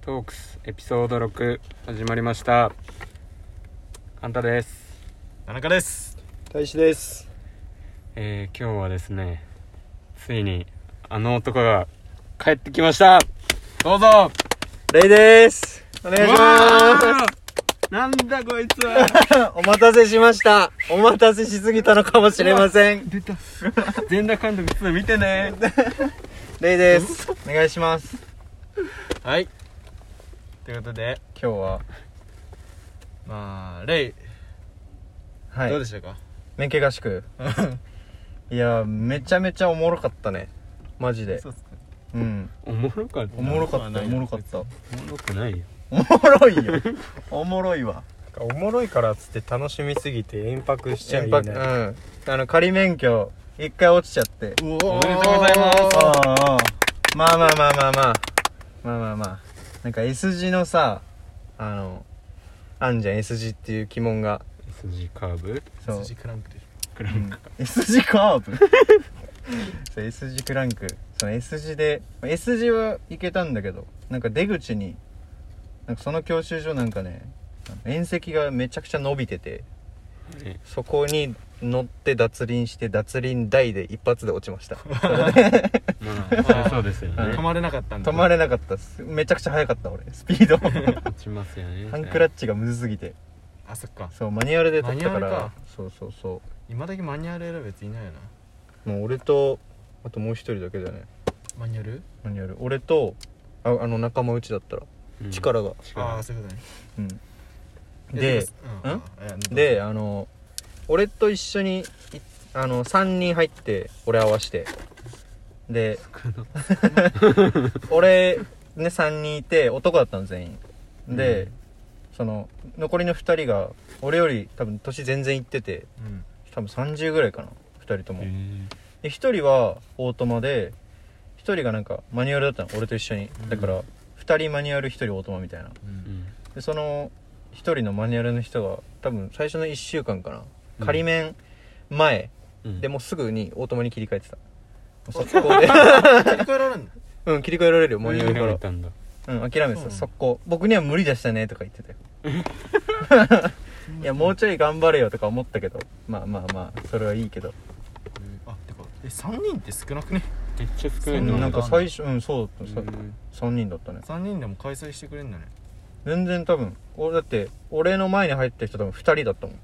トークスエピソード6始まりましたカンタです、田中です大志ですえー、今日はですねついにあの男が帰ってきましたどうぞおレイですお願いしまーなんだこいつすお待たせしましたお待たせしすぎたのかもしれませ ん出た全裸監督2見てねレイですお願いしますはいということで今日はまあレイ、はどうでいしたか免許合宿いやめちゃめちゃおもろかったねマジでそうっすかうんおもろかったおもろかまあっなたいおもろかったおもろくないよおもろい よおもろいわおもろいからっつって楽しみすぎて延泊しちゃい船舶ない、うんあの仮免許一回落ちちゃっておおめでとうございますああああまあまあまあまあまあまあまあまあなんか S 字のさあのあんじゃん S 字っていう鬼門が S 字カーブそう S 字クランクでしクランク S 字カーブ そう S 字クランクその S 字で S 字は行けたんだけどなんか出口になんかその教習所なんかね縁石がめちゃくちゃ伸びててねそこに乗って脱輪して脱輪台で一発で落ちましたまあそりゃそうですよねょ止まれなかったんだ止まれなかったっすめちゃくちゃ速かった俺スピード落ちますよねハンクラッチがむずすぎてあそっかそうマニュアルで取ったかマニらュアルかそうそうそ今だけマニュアル選ぶやついないよなうもう俺とあともう一人だけだねマニュアルマニュアル俺とああの仲間内だったらうん力があ力あそういうことねうん、いやでもんあいやであの俺と一緒にいあの3人入って俺合わしてで俺ね3人いて男だったの全員で、うんその残りの2人が俺より多分年全然いっててうん多分30ぐらいかな2人とも、へーで1人はオートマで1人がなんかマニュアルだったの俺と一緒にだから2人マニュアル1人オートマみたいなううんんでその1人のマニュアルの人が多分最初の1週間かうんな仮免前うんでもうすぐにオートマに切り替えてた速攻 で切り替えられんのうん切り替えられるよマニュア何ルかがら出たんだうん諦めてそうた速攻僕には無理でしたねとか言ってたよいやもうちょい頑張れよとか思ったけどまあまあまあそれはいいけどあてかえ3人って少なくねめっちゃ少うないんのなんか最初うんそうだった、うん3人だったね3人でも開催してくれんだね全然多分俺だって俺の前に入った人多分2人だったもん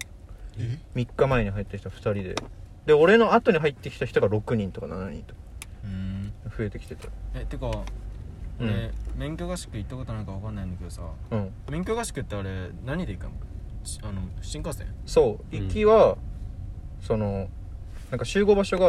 え3日前に入った人2人でで俺の後に入ってきた人が6人とか7人とかうん増えてきてたえてかうん、俺免許合宿行ったことないから分かんないんだけどさうん、免許合宿ってあれ何で行くのしあの新幹線そううん行きは、そのなんか集合場所が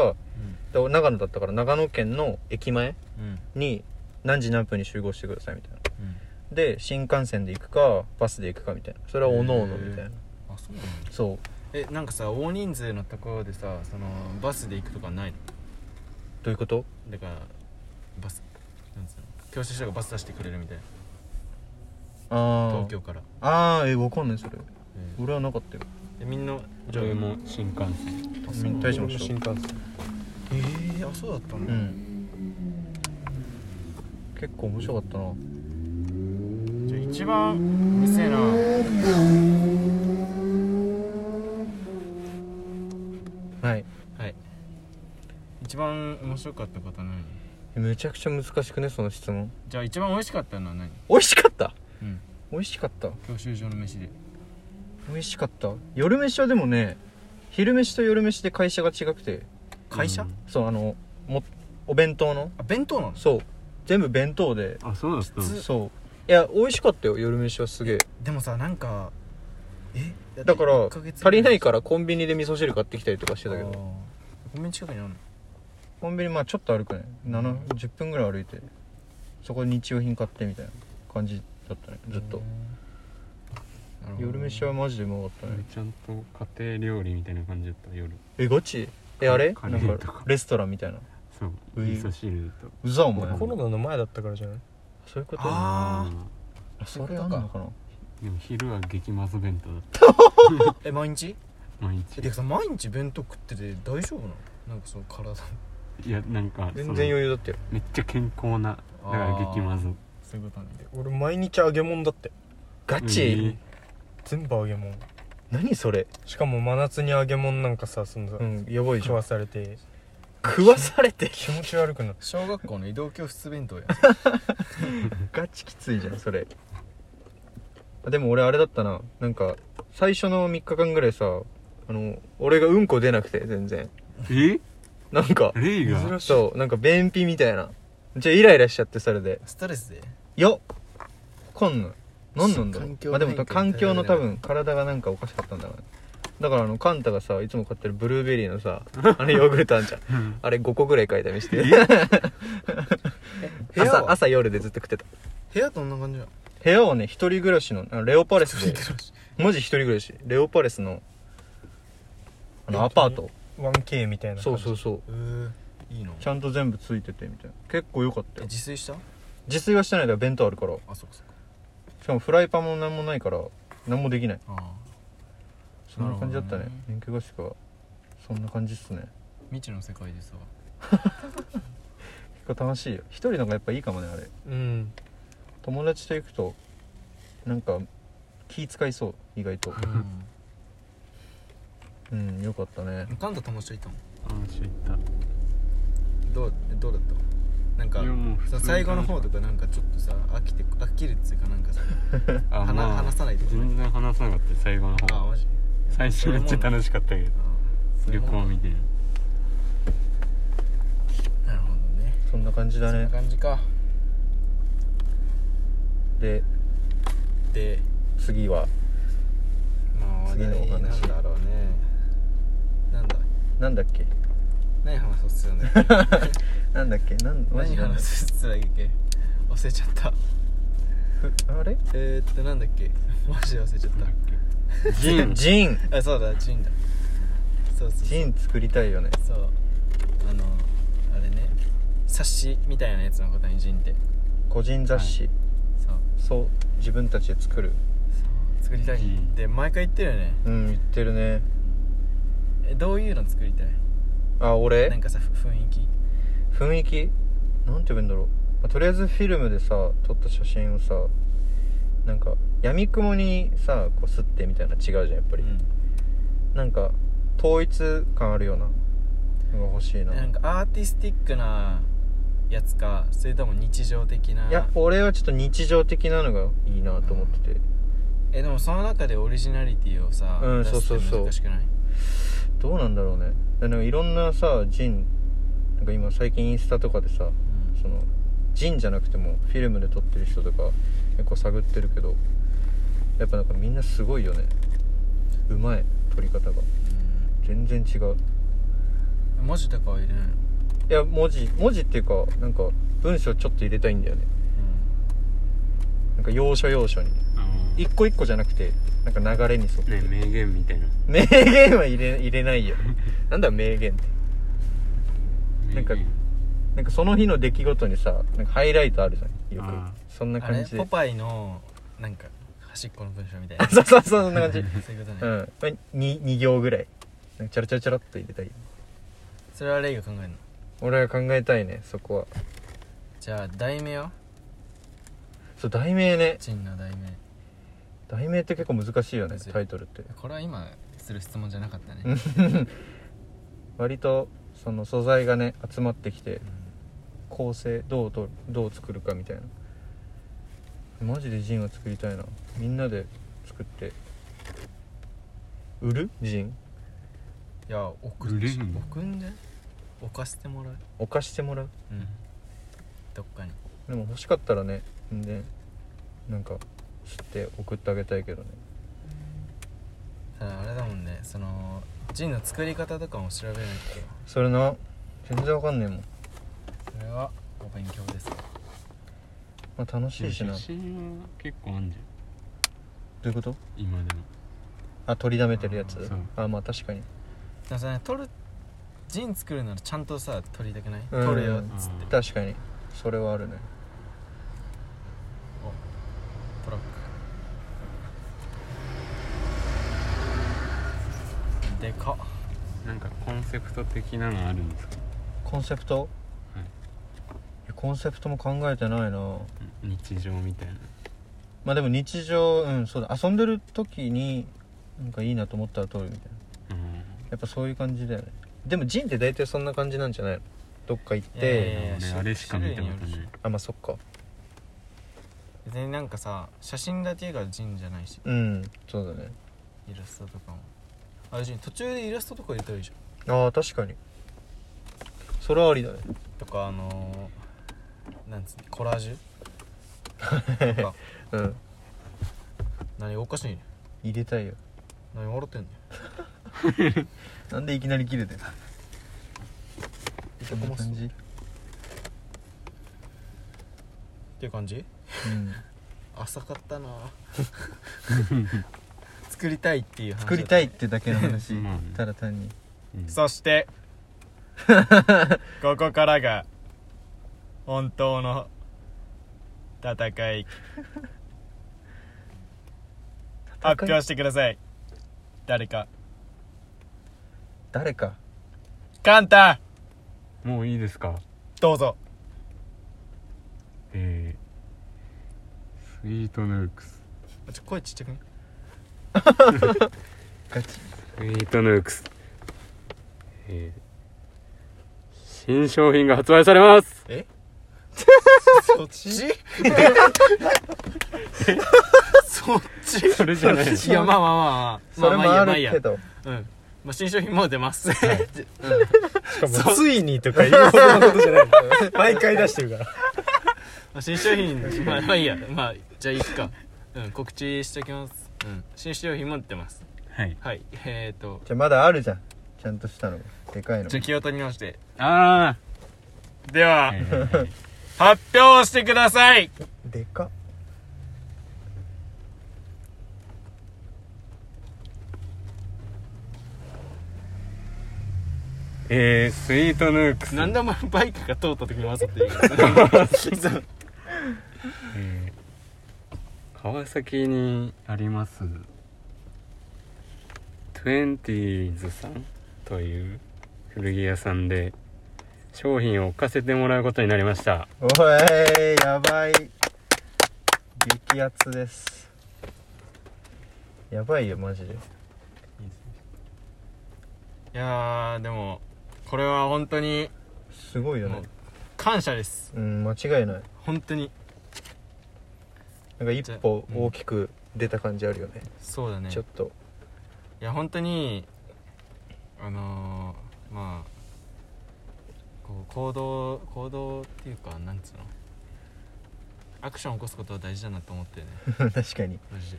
だから長野だったから長野県の駅前うんうんに何時何分に集合してくださいみたいなうんで新幹線で行くかバスで行くかみたいなそれはおのおのみたいなへあそうなんだそうえなんかさ大人数のところでさそのバスで行くとかないのどういうことだからバスなんつうの教習所がバス出してくれるみたいなあ東京から、あああえわかんないそれえ俺はなかったよえみんなじゃあ俺も新幹線あそうなんだ大丈夫でしょ新幹線えー、あそうだったの、うん結構面白かったなじゃあ一番うるせえなはいはい一番面白かったことは何めちゃくちゃ難しくねその質問じゃあ一番美味しかったのは何美味しかったうん美味しかった教習所の飯で美味しかった夜飯はでもね昼飯と夜飯で会社が違くて会社、うんそうあのもお弁当のあ弁当なのそう全部弁当であそうだったのつそういや美味しかったよ夜飯はすげえでもさなんかえってだから一ヶ月足りないかららコンビニで味噌汁買ってきたりとかしてたけどごめん近くにあるのコンビニまあちょっと歩くね7 10分ぐらい歩いてそこで日用品買ってみたいな感じだったねずっとなるほど夜飯はマジでうまかったね俺ちゃんと家庭料理みたいな感じだった夜えガチえあれカレなーんとかかレストランみたいなそううい味噌汁とうざおま前あコロナの前だったからじゃないそういうことあーあそれあんのかなうんでも昼は激まず弁当だったえ毎日毎え日てかさ毎日弁当食ってて大丈夫なのなんかその体いやなんか全その然余裕だったよめっちゃ健康なだから激まずそういうことなんだよ俺毎日揚げ物だってガチ、うん全部揚げ物何それしかも真夏に揚げ物なんかさそのさ、うんやばいでし食ょわされて食わされて気持ち悪くなる小学校の移動教室弁当やガチきついじゃんそれあでも俺あれだったななんか最初の3日間ぐらいさあの俺がうんこ出なくて全然えなんかレイがそうなんか便秘みたいなじゃあイライラしちゃってそれでストレスでよっこんなん何なんだろう環境まあでも変化環境の多分体がなんかおかしかったんだろうねだからあのカンタがさいつも買ってるブルーベリーの さあれヨーグルトあんじゃんうんあれ5個ぐらい買いだめして 部屋朝は朝夜でずっと食ってた部屋どんな感じなの部屋はね一人暮らしのあのレオパレスで一人暮らしマジ一人暮らしレオパレスのあのアパート 1K みたいなそ感うじそうそうえー、いいのちゃんと全部ついててみたいな結構良かったえよ自炊した自炊はしてないから弁当あるからあそっかそっかしかもフライパンも何もないから何もできないああそんな感じだったねなるほ免許合宿はそんな感じっすね未知の世界でさ結構楽しいよ一人の方がやっぱいいかもねあれうん友達と行くとなんか気使いそう意外とううんよかったねんカンタ友達と行ったもあマジで行っんどうどうだったなんたかいやもう普通さに最後の方とかなんかちょっとさ飽きて飽きるっつうかなんかさあ話まあ話さないと全然話さなかったよ最後のああ方マジ最初めっちゃ楽しかったけどああそうい旅うもん行みたいななるほどねそんな感じそだんなね感じかでで次はまあ話次題のお話なんだろうねなんだなんだっけ何話そうっすよねなんだっけなん マジ何なんだっ話そうっつらいっけ忘れちゃったけあれえー、っとなんだっけ マジで忘れちゃっジンジンたあそうだジンだそうそうそうジン作りたいよねそうあのあれね冊子みたいなやつのことにジンって個人雑誌、そうそう自分たちで作る作りたいジンで毎回言ってるよねうん言ってるねえどういうの作りたいあ俺なんかさふ雰囲気雰囲気なんて言うんだろう、まあとりあえずフィルムでさ撮った写真をさなんか闇雲にさこう吸ってみたいな違うじゃんやっぱり、なんか統一感あるようなのが欲しいななんかアーティスティックなやつかそれとも日常的ないや俺はちょっと日常的なのがいいなと思っててえでもその中でオリジナリティをさ、うん出すってそうそうそう難しくないどうなんだろうねでなんかいろんなさジンなんか今最近インスタとかでさそのジンじゃなくてもフィルムで撮ってる人とか結構探ってるけどやっぱなんかみんなすごいよねうまい撮り方が全然違ううん文字とかは入れないの、いや文字文字っていうかなんか文章ちょっと入れたいんだよねなんか要所要所にうん一個一個じゃなくてなんか流れに沿って、ね名言みたいな名言は入れ入れないよなんだ名言ってな名んか言なんかその日の出来事にさなんかハイライトあるじゃんよあくそんなあ感れじポでパイのなんか端っこの文章みたい なそうそうそうそんな感じ そういうことね、うんに 2, 行ぐらいなんかチャラチャラチャラっと入れたいそれはレイが考えるの俺は考えたいねそこはじゃあ題名はそう題名ねジンの題名題名って結構難しいよねむずいタイトルってこれは今する質問じゃなかったね、うん割とその素材がね集まってきて構成どうとどう作るかみたいなマジでジンは作りたいなみんなで作って売るジンいや送売るれんの送んじゃん置かせてもらう、お貸してもらううん、どっかにでも欲しかったらね全然なんか吸って送ってあげたいけどねただあれだもんねそのジンの作り方とかも調べないとそれな全然わかんねえもん、それはお勉強ですねまあ、楽し写いしなど真は結構あんじゃんういうこと今でもあ取りだめてるやつあそうあまあ確かにでもさ取るジン作るならちゃんとさ取りたくないうん取るよっつってうん確かにそれはあるねトラックでかっなんかコンセプト的なのあるんですかコンセプト、はいいやコンセプトも考えてないな日常みたいなまあでも日常うんそうだ遊んでる時になんかいいなと思ったら撮るみたいなうんやっぱそういう感じだよねでもジンって大体そんな感じなんじゃないのどっか行っいやいやいてや俺あれしか見たことないあまあそっか別になんかさ写真だけがジンじゃないしうんそうだねイラストとかもあれジン途中でイラストとか入れたらいいじゃああ確かにそれはありだねんとかあのー、なんつうのコラージュとかうん何おかしいね入れたいよ何笑ってんのなんでいきなり切れてるこもっす感じっていう感じうん浅かった な作りたいっていう話だった作りたいってだけの話まあねただ単にうんそして ここからが本当の戦い発表してください誰か誰かカンタもういいですかどうぞえー、スイートヌークスちょ声ちっちゃくねガチスイートヌークス、えー、新商品が発売されますそっち そっちそれじゃない いやまあまあまあまあそれもままあまるけどうんまあ新商品もう出ますしかもついにとか言うほどのことじゃない毎回出してるからまあ新商品まあまあいいやまあじゃあいいっかうん告知しておきますうん新商品も出てますはいはいえーとじゃあまだあるじゃんちゃんとしたのでかいのじゃあ気を取り直してあであ、ははいはいはい発表してくださいでかっえー、スイートヌークスなんでお前バイクが通った時にわざと言うのえー川崎にありますトゥエンティーズさんという古着屋さんで商品を置かせてもらうことになりましたおいやばい激アツですやばいよマジでいやーでもこれは本当にすごいよもうね感謝ですうん間違いない本当になんか一歩うん大きく出た感じあるよね、そうだねちょっと いや本当にあのー、まあこう行動行動っていうかなんつうのアクションを起こすことは大事だなと思ってね確かにマジで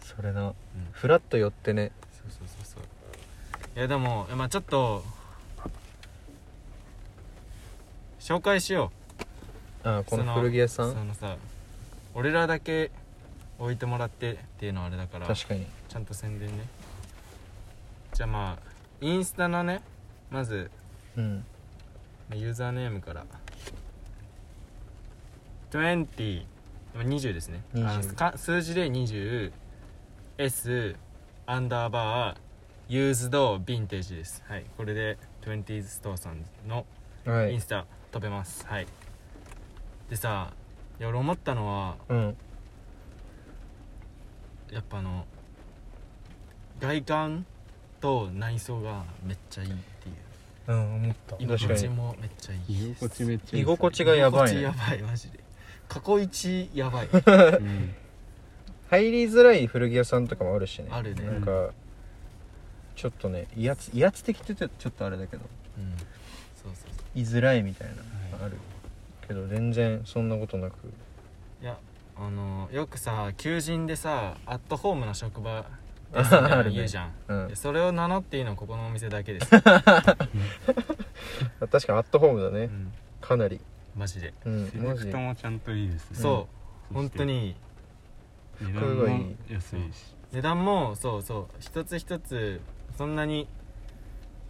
それな、フラッと寄ってねそうそうそうそういやでもいやまあちょっと紹介しよあーこそのの古着屋うさんそのさ俺らだけ置いてもらってっていうのはあれだから確かにちゃんと宣伝ねじゃあまあインスタのねまずうんユーザーネームから2020 20ですね20あのか数字で 20S アンダーバーユーズドヴィンテージですはいこれで 20s ストアさんのはインいスタ飛べますはい、でさいや俺思ったのはうんやっぱあの外観と内装がめっちゃいいっていううん思った居確か心に地もめっちゃいい居心地めっちゃいい居心地居がやばい、心地やね、ばいマジで過去一 やばいうん入りづらい古着屋さんとかもあるしねあるねなんかちょっとね威圧威圧的って言ってちょっとあれだけどうんそうそうそ居づらいみたいな、あるけど全然そんなことなくういやあのよくさ求人でさアットホームな職場ですみたい あなるのね言うじゃん、うんでそれを名乗っていいのはここのお店だけです、 確かにアットホームだね、うんかなりマジでうんセマレジクトでもちゃんといいですねそうう、ん本当に値これ段がいいも安いし値段もそうそう一つ一つそんなに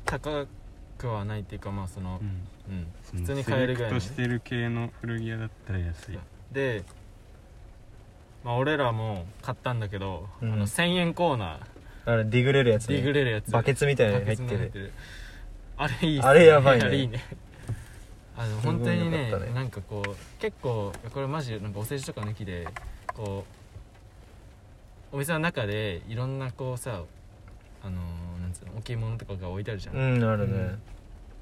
高くはないっていうかまあそのう、んうん、そ普の通にセ買えレるぐクらいのトねしてる系の古着屋だったら安いで、まあ、俺らも買ったんだけど、うんあの1000円コーナあれディグれるやつーねディグれるやつバケツみたいなのバにケ入っツにてるあれいいっすあれやばいねあれいいねあの本当にねすごい良かったねなんかこう結構これマジなんかお世辞とか抜きでこうお店の中でいろんなこうさあのーなんつうの置物とかが置いてあるじゃん、うんあるね、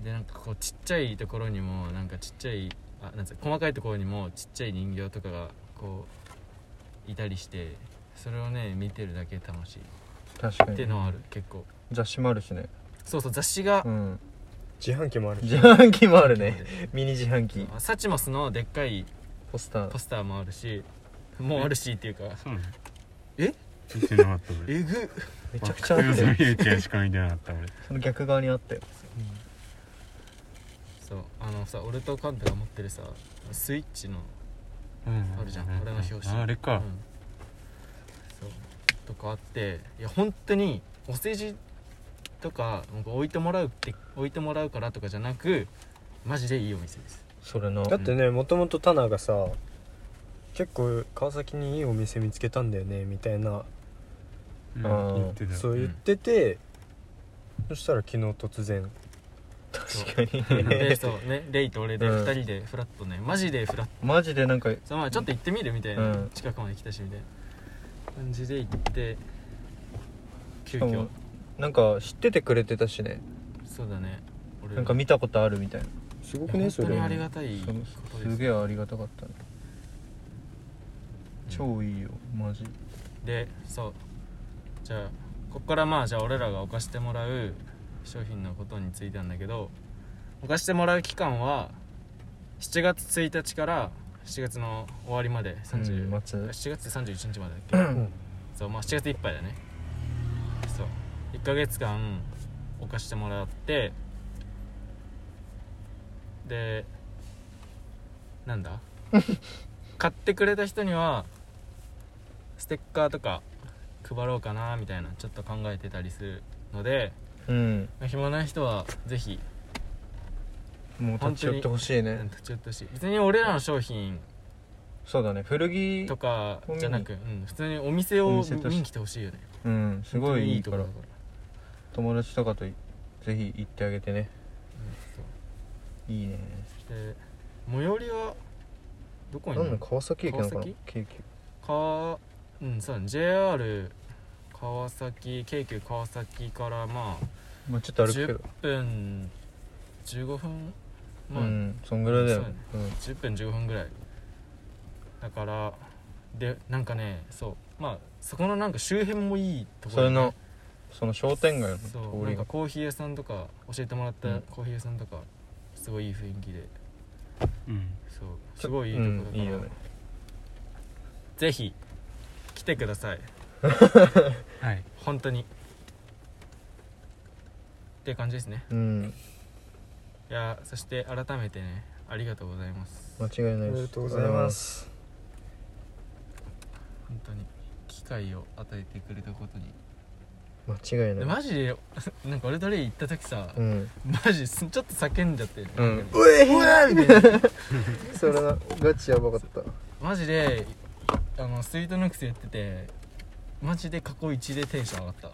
でなんかこうちっちゃいところにもなんかちっちゃいあなんつうの細かいところにもちっちゃい人形とかがこういたりしてそれをね見てるだけで楽しい確かっていにうのはある結構雑誌もあるしねそうそう雑誌がうん自販機もある自販機もあるねミニ自販機サチモスのでっかいポスターポスターもあるしもうあるしっていうかそうなのえ見てなかった俺えぐっめちゃくちゃあバッっクトたゥよーザミューチアしか見てなかった俺その逆側にあったよそうあのさ俺とカンタが持ってるさスイッチのうんあるじゃん俺の表紙あれうかんそうとかあっていや本当にお世辞とかなんか置いてもらうって置いてもらうからとかじゃなくマジでいいお店 ですそれのだってねもともとタナがさ結構川崎にいいお店見つけたんだよねみたいなうんあー言ってたそう言ってて、そしたら昨日突然確かにでねそうねレイと俺でうん2人でフラットねマジでフラットマジでなんかその前ちょっと行ってみるみたいな、うん近くまで来たしみたいな感じで行ってし急か遽もなんか知っててくれてたしねそうだね俺なんか見たことあるみたいなすごいやくねそ本当れにありがたいそこのとですすげえありがたかったねうん超いいよマジでそうじゃあこっからまあじゃあ俺らが置かしてもらう商品のことについてなんだけど置かしてもらう期間は7月1日から7月の終わりまで30、うん末7月31日までだっけ、んそうまあ7月いっぱいだねそう1ヶ月間置かしてもらってでな んだ買ってくれた人にはステッカーとか配ろうかなみたいなちょっと考えてたりするのでうん暇な人はぜひもう立ち寄ってほしいうんね立ち寄ってほしい別に俺らの商品そうだね古着とかじゃなく、うん、普通にお店おを店として見に来てほしいよねうんすごいいいから本当にとこ友達とかとぜひ行ってあげてねろいいねだからうんそうで最寄りはどこにななだんる川崎駅なのかな川崎京急かうんそうだね JR 川崎京急川崎からままあちょっあと歩くけ10ど分15分まあ、うんそんぐらいだよねうん10分15分ぐらいだからでなんかねそうまあそこのなんか周辺もいいとこそろれだね、のその商店街のそう通なりんかがコーヒー屋さんとか教えてもらっうたんコーヒー屋さんとかすごいいい雰囲気でうんそうすごいいいとこだから、うんいいよねぜひ来てくださいはい本当にっていう感じですねうんいやそして改めてねありがとうございます間本違いあないりですがとうございます当に機会を与えてくれたことに間違いでないマジで なんか俺とレイ行った時さ、うんマジすちょっと叫んじゃってる、うんうえうえみたいな それなガチやばかったマジであのスイートノックスやっててマジで過去一でテンション上がった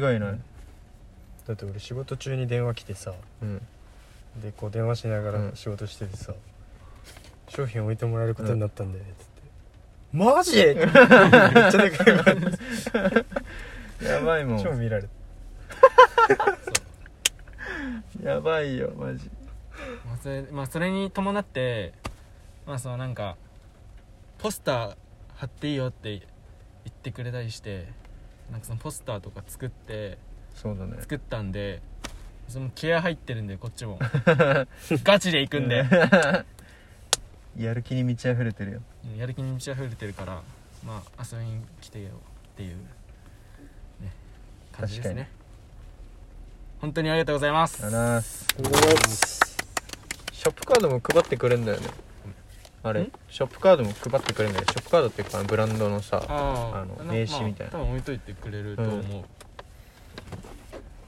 間違いないだって俺仕事中に電話来てさうんでこう電話しながうんら仕事しててさ、商品置いてもらえることになったんだよねっつって、マ ジめっちゃ仲良かっやばいもた超ん見られたやばいよマジまあそれ,、まあ、それに伴ってまあそのなんかポスター貼っていいよって言ってくれたりしてなんかそのポスターとか作ってそうだね作ったんでそのケア入ってるんでこっち もガチで行くんで、やる気に満ち溢れてるよやる気に満ち溢れてるからまあ遊びに来てよっていうね感じ確ですかにね本当にありがとうございますあらーすありがとうございますショップカードも配ってくれんだよねあれんショップカードも配ってくれんだよショップカードっていうかブランドのさあーあのな名刺みたいなまあ、多分置いといてくれると思う、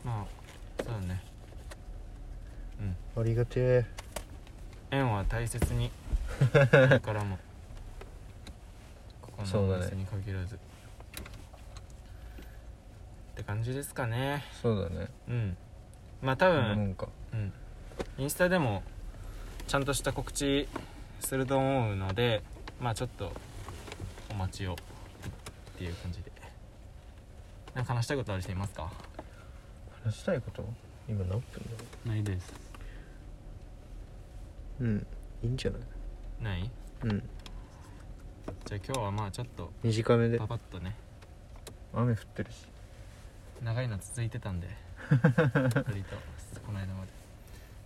まあそうだねありがてえ縁は大 切にこれからもここそのうおだね店に限らず、って感じですかねそうだねうんまあ多こんなも分、んかうん、インスタでもちゃんとした告知すると思うのでまあちょっとお待ちをっていう感じでなんか話したいことある人いますか話したいこと今何分だないですうんいいんじゃないないうんじゃあ今日はまあちょっと短めでパパッとね雨降ってるし長いの続いてたんで割とこの間まで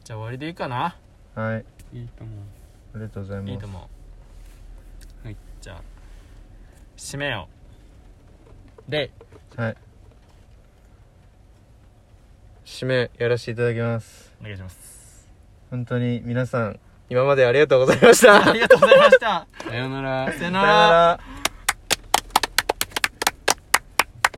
じゃあ終わりでいいかなはいあいいと思うりがとうございますいいと思うはいじゃあ締めようではい締めやらせていただきますお願いします本当に皆さん今までありがとうございましたありがとうございましたさようならさよさなよらなら